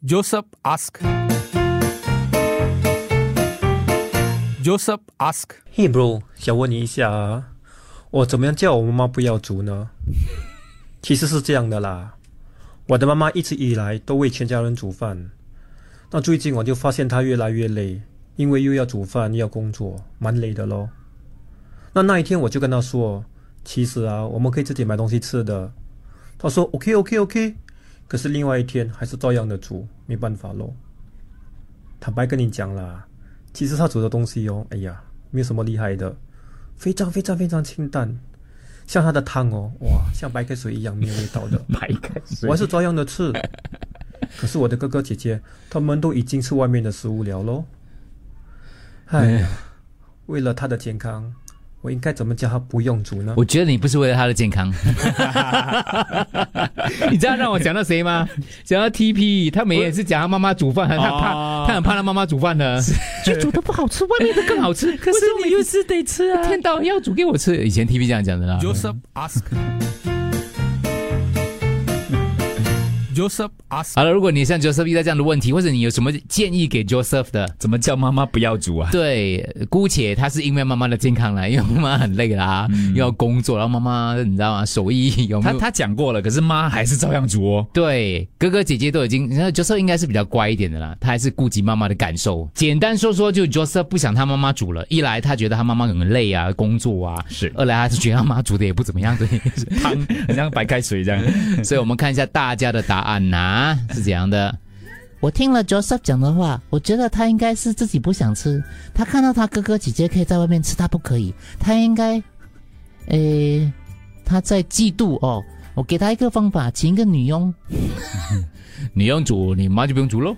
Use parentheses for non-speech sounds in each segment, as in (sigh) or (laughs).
Joseph asked. Joseph asked. Hey bro，想问你一下啊，我怎么样叫我妈妈不要煮呢？ (laughs) 其实是这样的啦，我的妈妈一直以来都为全家人煮饭，那最近我就发现她越来越累，因为又要煮饭又要工作，蛮累的咯。那那一天我就跟她说，其实啊，我们可以自己买东西吃的。她说 OK OK OK，可是另外一天还是照样的煮，没办法咯。坦白跟你讲啦，其实她煮的东西哦，哎呀，没有什么厉害的，非常非常非常清淡。像它的汤哦，哇，像白开水一样没有味道的， (laughs) 白开水我还是照样的吃。可是我的哥哥姐姐他们都已经吃外面的食物了喽。哎呀，为了他的健康，我应该怎么叫他不用煮呢？我觉得你不是为了他的健 (laughs) 康，你知道让我想到谁吗？想到 TP，他每天也是讲他妈妈煮饭，他怕、哦他很怕他妈妈煮饭的，就煮的不好吃，外面的更好吃。可是你又是得吃啊，一天到晚要煮给我吃。以前 TP 这样讲的啦。 Joseph asked. Joseph asked. 好了，如果你像 Joseph 遇到这样的问题，或者你有什么建议给 Joseph 的，怎么叫妈妈不要煮啊？对，姑且他是因为妈妈的健康啦，因为妈妈很累啦，又要工作，然后妈妈你知道吗？手艺有没他有？他讲过了，可是妈还是照样煮哦。对，哥哥姐姐都已经，你看 Joseph 应该是比较乖一点的啦，他还是顾及妈妈的感受。简单说说，就 Joseph 不想他妈妈煮了，一来他觉得他妈妈很累啊，工作啊；是二来他是觉得他妈煮的也不怎么样，对。汤很像白开水这样。 (laughs) 所以我们看一下大家的答案呐、是怎样的。 (laughs) 我听了 Joseph 讲的话，我觉得他应该是自己不想吃。他看到他哥哥姐姐可以在外面吃，他不可以。他应该，诶，他在嫉妒哦。我给他一个方法，请一个女佣。女佣煮，你妈就不用煮喽。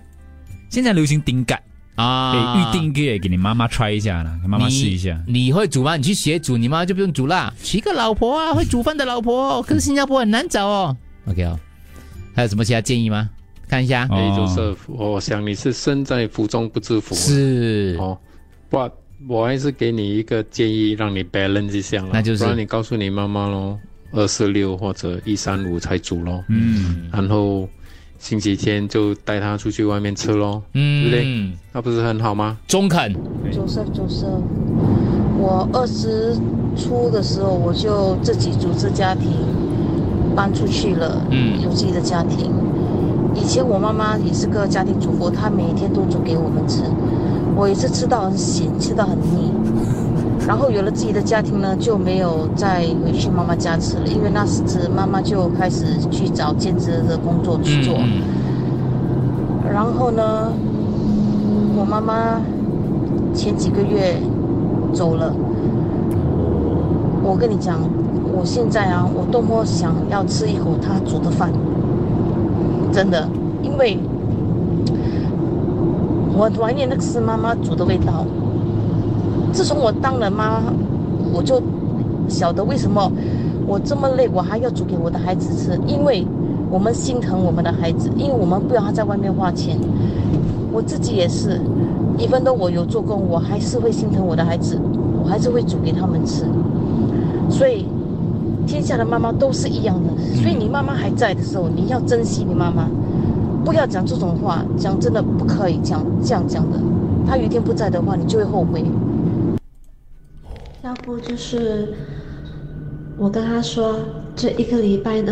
现在流行丁盖，哎，啊预定个也给你妈妈 try 一下啦，给妈妈试一下。你。你会煮吗？你去学煮，你妈就不用煮啦。娶一个老婆啊，会煮饭的老婆。可是 (laughs) 新加坡很难找哦。OK 哦，还有什么其他建议吗？看一下。哎哦，Joseph，我想你是身在福中不知福啊。是哦，不，我还是给你一个建议，让你 balance 一下啦那就是不然你告诉你妈妈咯，二四六或者一三五才煮咯，嗯，然后星期天就带她出去外面吃咯，对嗯不对，那不是很好吗？中肯， Joseph Joseph，我二十出的时候我就自己组织家庭，搬出去了，嗯有自己的家庭。以前我妈妈也是个家庭主妇，她每天都煮给我们吃，我也是吃到很咸，吃到很腻。然后有了自己的家庭呢，就没有再回去妈妈家吃了，因为那时子妈妈就开始去找兼职的工作去做。嗯然后呢，我妈妈前几个月走了。我跟你讲，我现在啊，我多么想要吃一口她煮的饭，真的，因为我很怀念那个是妈妈煮的味道。自从我当了妈，我就晓得为什么我这么累，我还要煮给我的孩子吃，因为我们心疼我们的孩子，因为我们不要他在外面花钱。我自己也是，一分都我有做工，我还是会心疼我的孩子，我还是会煮给他们吃。所以，天下的妈妈都是一样的。所以你妈妈还在的时候，你要珍惜你妈妈，不要讲这种话，讲真的不可以讲这样讲的。她有一天不在的话，你就会后悔。要不就是我跟他说，这一个礼拜呢，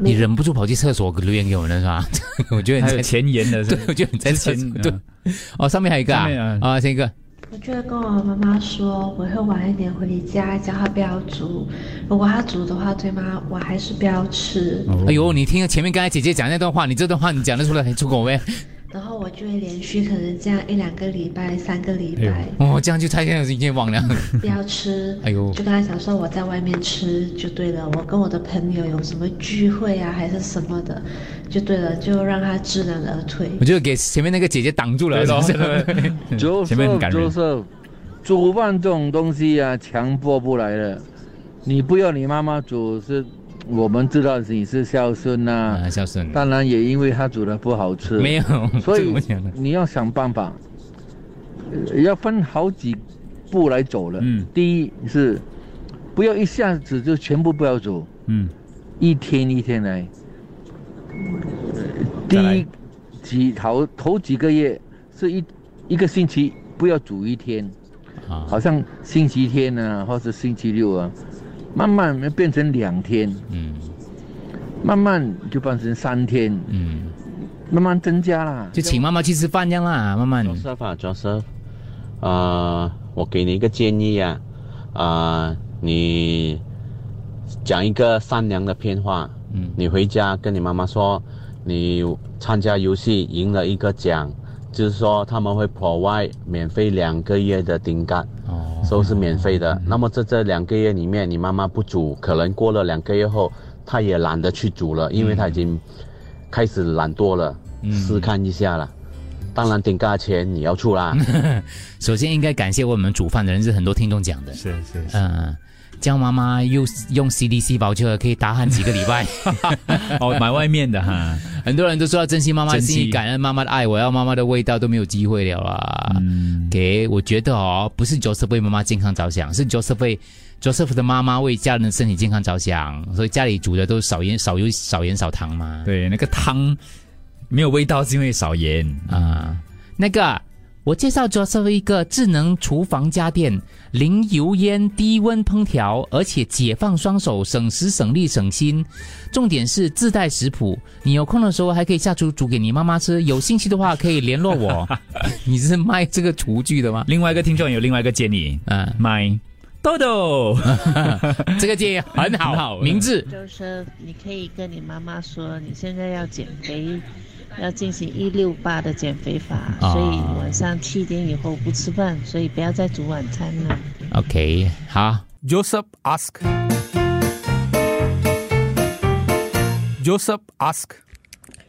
你每忍不住跑去厕所留言给我们是吧？ (laughs) 我觉得还你有在，前言的是 (laughs) 对吧，我觉得你在之厕前所对嗯哦，上面还有一个上面啊啊啊，先一个我就会跟我妈妈说，我会晚一点回家，叫她不要煮。如果她煮的话，对吗？我还是不要吃。哦哎呦，你听前面刚才姐姐讲那段话，你这段话你讲得出来出口哎没？然后我就会连续可能这样一两个礼拜、三个礼拜、哎哦，这样就太像是一件 (laughs) 忘了。不要吃。哎呦就跟他讲说我在外面吃就对了，我跟我的朋友有什么聚会啊，还是什么的，就对了，就让他知难而退。我就给前面那个姐姐挡住了，是不是？ (laughs) 嗯就是前面很感人就是煮饭这种东西啊，强迫不来的。你不要你妈妈煮是，我们知道你是孝顺呐、啊，孝顺，当然也因为她煮的不好吃，没有， (laughs) 所这以个我讲的你要想办法，呃要分好几步来走了。嗯第一是不要一下子就全部不要煮，嗯，一天一天来。呃再来第一几头头几个月是一一个星期不要煮一天，啊，好像星期天啊，或者星期六啊，慢慢变成两天，嗯慢慢就变成三天，嗯，慢慢增加啦。就请妈妈去吃饭这样啦，慢慢。 Joseph 啊，Joseph，啊，我给你一个建议啊，啊，你讲一个善良的骗话，嗯你回家跟你妈妈说，你参加游戏赢了一个奖，就是说他们会 provide 免费两个月的顶杆，哦，都是免费的。那么在这两个月里面，你妈妈不煮，可能过了两个月后，她也懒得去煮了，因为她已经开始懒惰了，嗯试看一下了。当然，顶嘎钱你要出啦。 (laughs) 首先应该感谢为我们煮饭的人，是很多听众讲的。是是是，嗯，江妈妈又用 CDC 保就可以打喊几个礼 (laughs) 拜。哦，买外面的哈，很多人都说要珍惜妈妈的珍惜心意，感恩妈妈的爱，我要妈妈的味道都没有机会了啦。嗯给、我觉得哦，不是 Joseph 为妈妈健康着想，是 Joseph 为 Joseph 的妈妈为家人的身体健康着想，所以家里煮的都少盐、少油、少盐、少糖嘛。对，那个汤没有味道是因为少盐啊、那个啊我介绍 Joseph 一个智能厨房家电，零油烟、低温烹调，而且解放双手，省时省力省心。重点是自带食谱，你有空的时候还可以下厨煮给你妈妈吃。有兴趣的话可以联络 (laughs) 我。你是卖这个厨具的吗？另外一个听众有另外一个建议，嗯、买豆豆， (laughs) 这个建议很好，很好嗯明智。就是你可以跟你妈妈说，你现在要减肥，要进行一六八的减肥法，啊所以晚上七点以后不吃饭，所以不要再煮晚餐 (laughs) 了。 OK，好， Joseph ask. Joseph ask.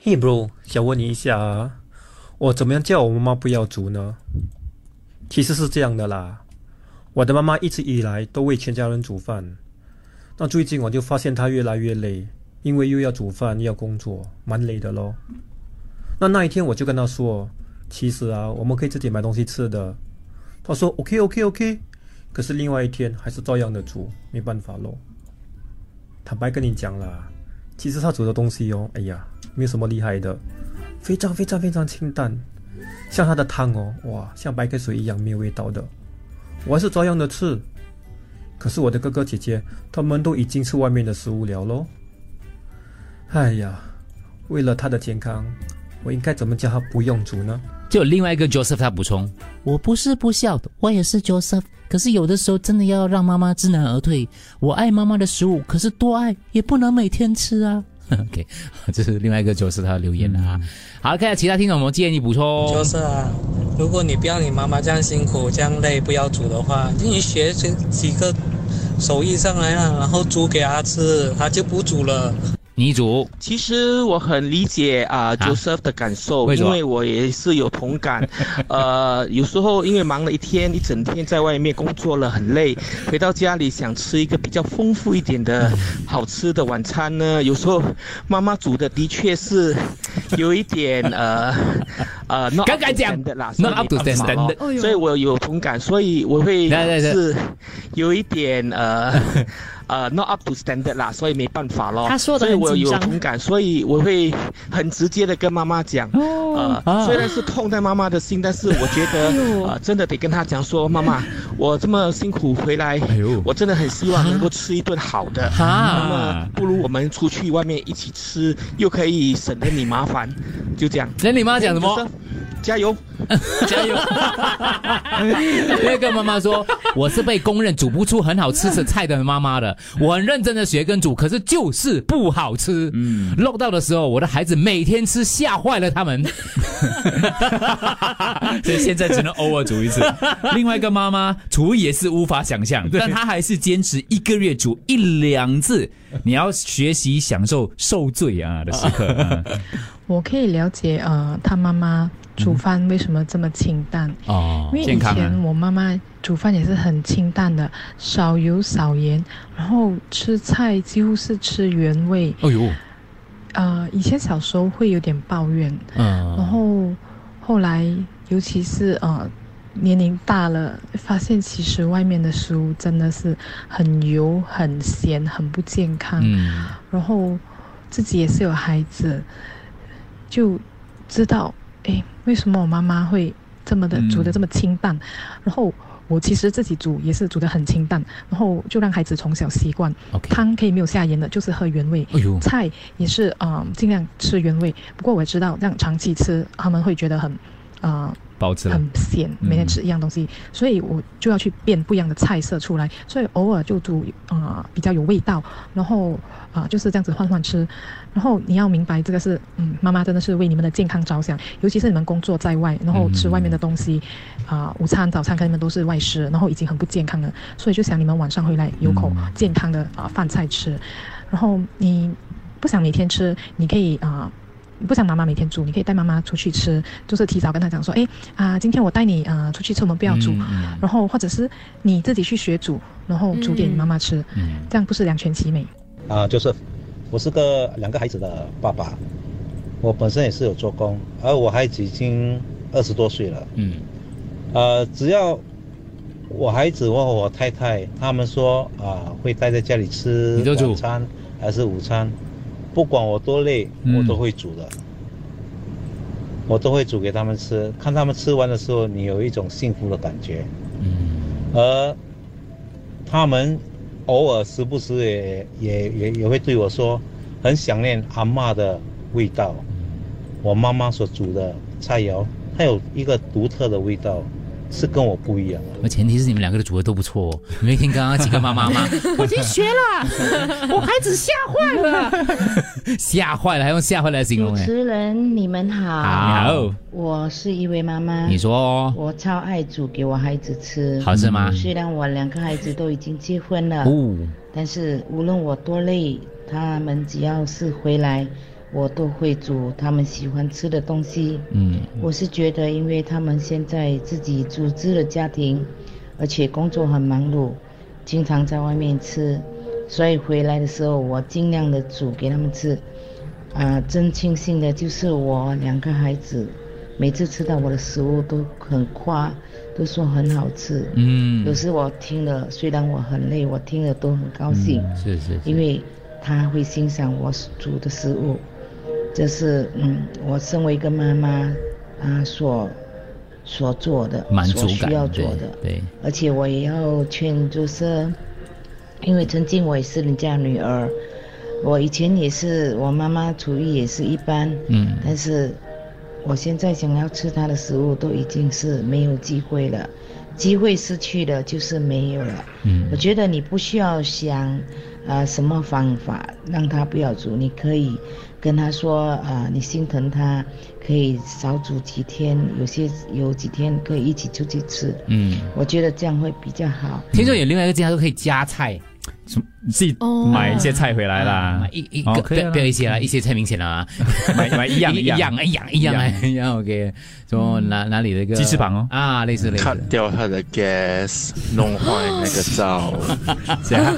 Hey bro，想问你一下啊，我怎么样叫我妈妈不要煮呢？其实是这样的啦，我的妈妈一直以来都为全家人煮饭，那最近我就发现她越来越累，因为又要煮饭又要工作，蛮累的咯。那那一天我就跟她说，其实啊，我们可以自己买东西吃的。她说 OK OK OK，可是另外一天还是照样的煮，没办法咯。坦白跟你讲啦，其实他煮的东西哦，哎呀，没有什么厉害的，非常非常非常清淡。像他的汤哦，哇，像白开水一样没有味道的，我还是照样的吃。可是我的哥哥姐姐他们都已经吃外面的食物了咯。哎呀，为了他的健康，我应该怎么叫他不用煮呢？就有另外一个 Joseph 他补充， (laughs) 我不是不孝，我也是 Joseph。可是有的时候真的要让妈妈知难而退。我爱妈妈的食物，可是多爱也不能每天吃啊。OK，这是另外一个 Joseph 他的留言了啊。好，看一下其他听众有没有建议补充。就是啊，如果你不要你妈妈这样辛苦、这样累，不要煮的话，你学这几个手艺上来啊了，然后煮给她吃，她就不煮了。女主，其实我很理解啊、Joseph 的感受，为什么因为我也是有同 (laughs) 感。呃，有时候因为忙了一天，一整天在外面工作了，很累，回到家里想吃一个比较丰富一点的好吃的晚餐呢，有时候妈妈煮的的确是有一点呃呃 not 敢敢讲 up to standard 啦 Not up to 所以没办法 standard 咯哎哦所以我有同感，所以我会来来来是有一点呃呃 not up to standard 啦，所以没办法咯。他说得所以很我紧有张同感，所以我会很直接的跟妈妈讲，哦啊呃，虽然是痛在妈妈的心，但是我觉 (laughs) 得、呃，真的得跟她讲说，妈妈，我这么辛苦回来，呦我真的很希望能够吃一顿好的。那哎哈么，，不如我们出去外面一起吃，又可以省得你麻烦，就这样。哎那你妈讲什么？？加油！加油！ (laughs) 那个妈妈说，我是被公认煮不出很好吃的菜的妈妈的，我很认真的学跟煮，可是就是不好吃。嗯，漏到的时候，我的孩子每天吃，吓坏了他们。 (laughs) 所以现在只能偶尔煮一 (laughs) 次。另外一个妈妈煮也是无法想象，但她还是坚持一个月煮一两次。你要学习享受受罪啊的 (laughs) 时刻。啊我可以了解，呃，他妈妈煮饭为什么这么清淡，哦因为健以康啊前我妈妈煮饭也是很清淡的，少油少盐，然后吃菜几乎是吃原味。哦哎呦，呃，以前小时候会有点抱怨，哦嗯然后后来尤其是呃年龄大了，发现其实外面的食物真的是很油、很咸、很不健啊康。嗯然后自己也是有孩子，就知道，诶，为什么我妈妈会这么的煮的这么清淡？嗯然后我其实自己煮也是煮的很清淡，然后就让孩子从小习惯。汤可以没有下盐的，就是喝原味。哎呦菜也是嗯、呃尽量吃原味。不过我知道这样长期吃，他们会觉得很，啊、保持了很咸，每天吃一样东西，所以我就要去变不一样的菜色出来，所以偶尔就煮啊、呃比较有味道，然后啊、呃就是这样子换换吃，然后你要明白这个是嗯妈妈真的是为你们的健康着想，尤其是你们工作在外，然后吃外面的东西，啊、午餐早餐可能你们都是外食，然后已经很不健康了，所以就想你们晚上回来有口健康的啊、饭菜吃，然后你不想每天吃，你可以啊。你不想妈妈每天煮，你可以带妈妈出去吃，就是提早跟她讲说，哎啊、今天我带你啊、出去吃，我们不要煮，嗯嗯然后或者是你自己去学煮，然后煮给你妈妈吃，嗯这样不是两全其美？啊，就是我是个两个孩子的爸爸，我本身也是有做工，而我孩子已经二十多岁了。嗯，呃，只要我孩子或我太太他们说啊、会待在家里吃你就煮晚餐还是午餐，不管我多累，嗯我都会煮的。我都会煮给他们吃，看他们吃完的时候，你有一种幸福的感觉。嗯，而他们偶尔时不时也也也也会对我说，很想念阿嬷的味道，我妈妈所煮的菜肴，它有一个独特的味道，是跟我不一样的。那前提是你们两个的组合都不错哦。你没听刚刚几个妈妈 (laughs) 吗？ (laughs) 我已经学了， (laughs) 我孩子吓坏了。吓坏了，还用吓坏来形容哎主。持人，你们好。好我是一位妈妈。你说哦我超爱煮给我孩子吃。好吃吗虽然我两个孩子都已经结婚了，哦但是无论我多累，他们只要是回来，我都会煮他们喜欢吃的东西。嗯我是觉得，因为他们现在自己组织了家庭，而且工作很忙碌，经常在外面吃，所以回来的时候我尽量的煮给他们吃。啊、真庆幸的就是我两个孩子，每次吃到我的食物都很夸，都说很好吃。嗯有时我听了，虽然我很累，我听了都很高兴。嗯是是是因为他会欣赏我煮的食物，这是嗯，我身为一个妈妈啊所所做的，满足所感需要对做的。对，而且我也要劝，就是因为曾经我也是人家女儿，我以前也是我妈妈厨艺也是一般，嗯但是我现在想要吃她的食物都已经是没有机会了，机会失去了就是没有了。嗯我觉得你不需要想，呃，什么方法让他不要煮，你可以跟他说，呃，你心疼他，可以少煮几天，有些有几天可以一起出去吃。嗯，我觉得这样会比较好。听说有另外一个家都可以加菜，什么自己哦买一些菜回来啦，一一哦个可以啊不要一些啦，一些太明显了啊，买买一样 (laughs) 一样样一样一样哎 (laughs) 一样 OK，说嗯哪哪里的一个鸡翅膀哦啊，类似类似，cut 掉他的 gas，弄坏那个 (laughs) 灶，这样。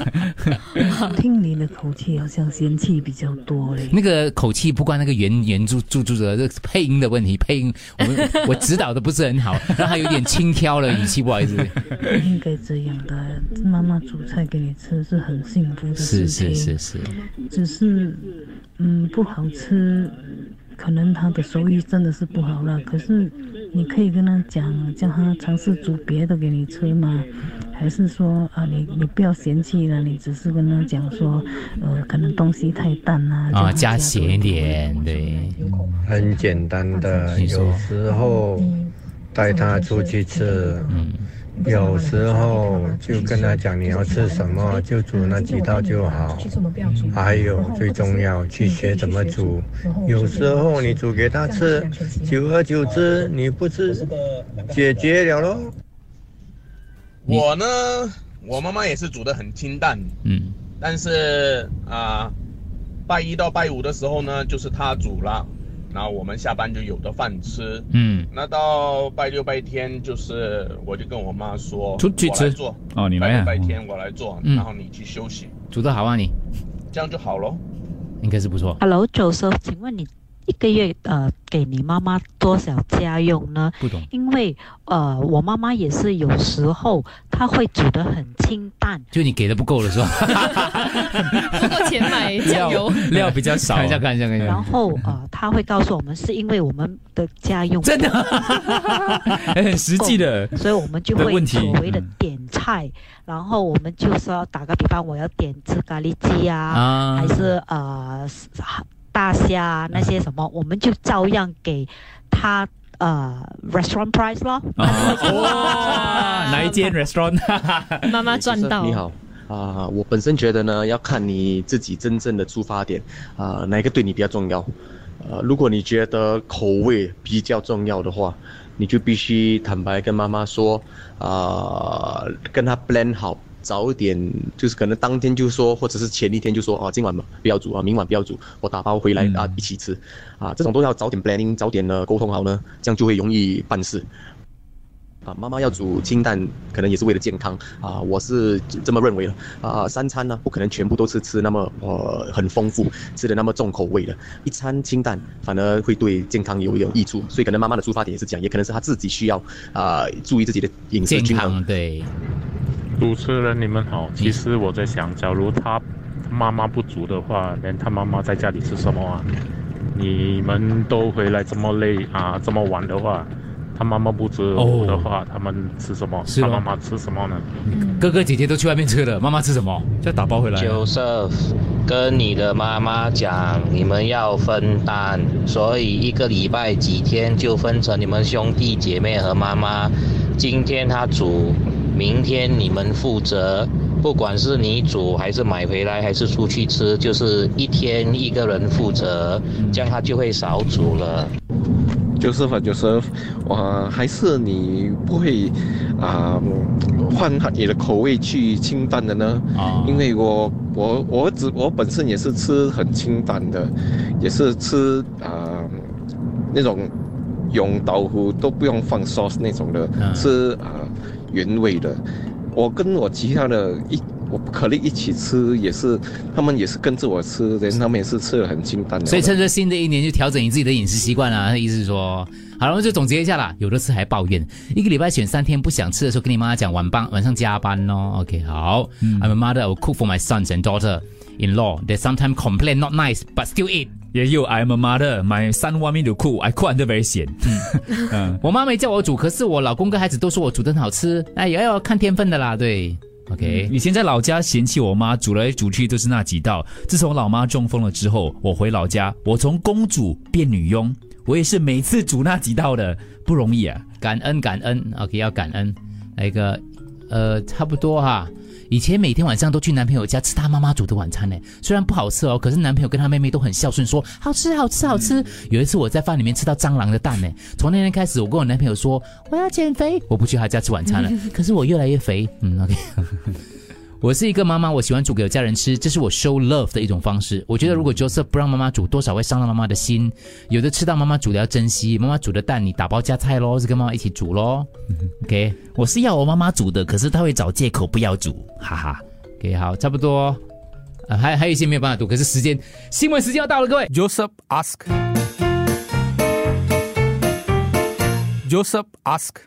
嗯听你的口气，好像嫌弃比较多嘞。那个口气不关那个原原著著著者这个配音的问题，配音我们我指导的不是很好，让他有点轻佻了语气，不好意思。不应该这样的，妈妈煮菜给你吃是很幸福的是事是情。是是，只是，嗯，不好吃，可能他的手艺真的是不好了。可是，你可以跟他讲，叫他尝试煮别的给你吃嘛。还是说啊，你你不要嫌弃了，你只是跟他讲说，呃，可能东西太淡啦、这啊，样子加咸一点，对，很简单的，你说有时候嗯带他出去吃，有时候就跟他讲你要吃什嗯么，就煮那几道就哦好。还有最重要，去学怎么煮。嗯有时候你煮给他吃，久而久之你不吃，解决了喽。我呢，我妈妈也是煮的很清淡，嗯，但是啊、拜一到拜五的时候呢，就是她煮了，然后我们下班就有的饭吃。嗯，那到拜六拜天，就是我就跟我妈说，出去我来吃做哦你来拜啊六拜天我来做，嗯然后你去休息，煮得好啊你，这样就好咯。应该是不错。啊 Hello，Joseph，请问你一个月呃给你妈妈多少家用呢？不懂，因为呃我妈妈也是有时候她会煮得很清淡，就你给的不够了是吧？ (laughs) 不够钱买酱油。料比较啊少，看一下看一下看一然下，后呃她会告诉我们是因为我们的家用真的哎很实际的， (laughs) 所以我们就的问会题所 (laughs) 谓的嗯点菜，然后我们就说打个比方，我要点只咖喱鸡啊，啊还是呃是大虾啊那些什么，我们就照样给他呃 restaurant price 咯。哇，哪一 (laughs) 间 restaurant？妈妈赚到。你好，啊、我本身觉得呢，要看你自己真正的出发点，啊、哪一个对你比较重要？呃，如果你觉得口味比较重要的话，你就必须坦白跟妈妈说，啊、跟她 plan 好，早一点，就是可能当天就说，或者是前一天就说，啊，今晚不要煮啊，明晚不要煮，我打包回来啊一起吃，啊，这种都要早点 planning，早点呢沟通好呢，这样就会容易办事。啊，妈妈要煮清淡，可能也是为了健康啊，我是这么认为的啊。三餐呢，不可能全部都是吃那么呃很丰富，吃的那么重口味的，一餐清淡反而会对健康有有益处。所以可能妈妈的出发点也是这样，也可能是她自己需要啊、注意自己的饮食均衡。对，主持人，你们好。其实我在想，假如他妈妈不足的话，连他妈妈在家里吃什么啊？你们都回来这么累啊，这么晚的话，他妈妈不足的话，他们吃什么？哦是他妈咯妈吃什么呢？哥哥姐姐都去外面吃了，妈妈吃什么？再打包回来。 Joseph 跟你的妈妈讲，你们要分担，所以一个礼拜几天就分成你们兄弟姐妹和妈妈。今天他煮，明天你们负责。不管是你煮还是买回来还是出去吃，就是一天一个人负责，这样他就会少煮了。就是反就是，呃，啊还是你不会啊、换你的口味去清淡的呢？啊，因为我我我只我本身也是吃很清淡的，也是吃啊、那种永豆腐都不用放 sauce 那种的，嗯吃啊、原味的。我跟我其他的一我可力一起吃，也是他们也是跟着我吃，人他们也是吃的很清淡的。所以趁着新的一年就调整你自己的饮食习惯啦。那意思是说，好了，我们就总结一下啦。有的吃还抱怨，一个礼拜选三天不想吃的时候，跟你妈妈讲晚班晚上加班咯。OK，好、i 嗯 m a mother, I will cook for my sons and daughter in law. They sometimes complain not nice, but still eat. 也有 I'm a mother, my son want me to cook, I cook under very 咸。Hmm. 嗯，我妈没叫我煮，可是我老公跟孩子都说我煮的很好吃。哎，也要看天分的啦，对。OK，以前在老家嫌弃我妈煮来煮去都是那几道。自从老妈中风了之后，我回老家，我从公主变女佣，我也是每次煮那几道的，不容易啊。感恩感恩，OK，要感恩。来一个，呃，差不多哈。以前每天晚上都去男朋友家吃他妈妈煮的晚餐呢，虽然不好吃哦，可是男朋友跟他妹妹都很孝顺，说好吃好吃好吃。有一次我在饭里面吃到蟑螂的蛋呢，从那天开始我跟我男朋友说我要减肥，我不去他家吃晚餐了，可是我越来越肥，嗯，OK。我是一个妈妈，我喜欢煮给我家人吃，这是我 show love 的一种方式。我觉得如果 Joseph 不让妈妈煮，多少会伤到妈妈的心。有的吃到妈妈煮的要珍惜，妈妈煮的蛋你打包加菜咯，是跟妈妈一起煮咯。OK，我是要我妈妈煮的，可是她会找借口不要煮，哈哈。OK，好，差不多。啊、还还有一些没有办法读，可是时间新闻时间要到了，各位。 Joseph ask. Joseph ask.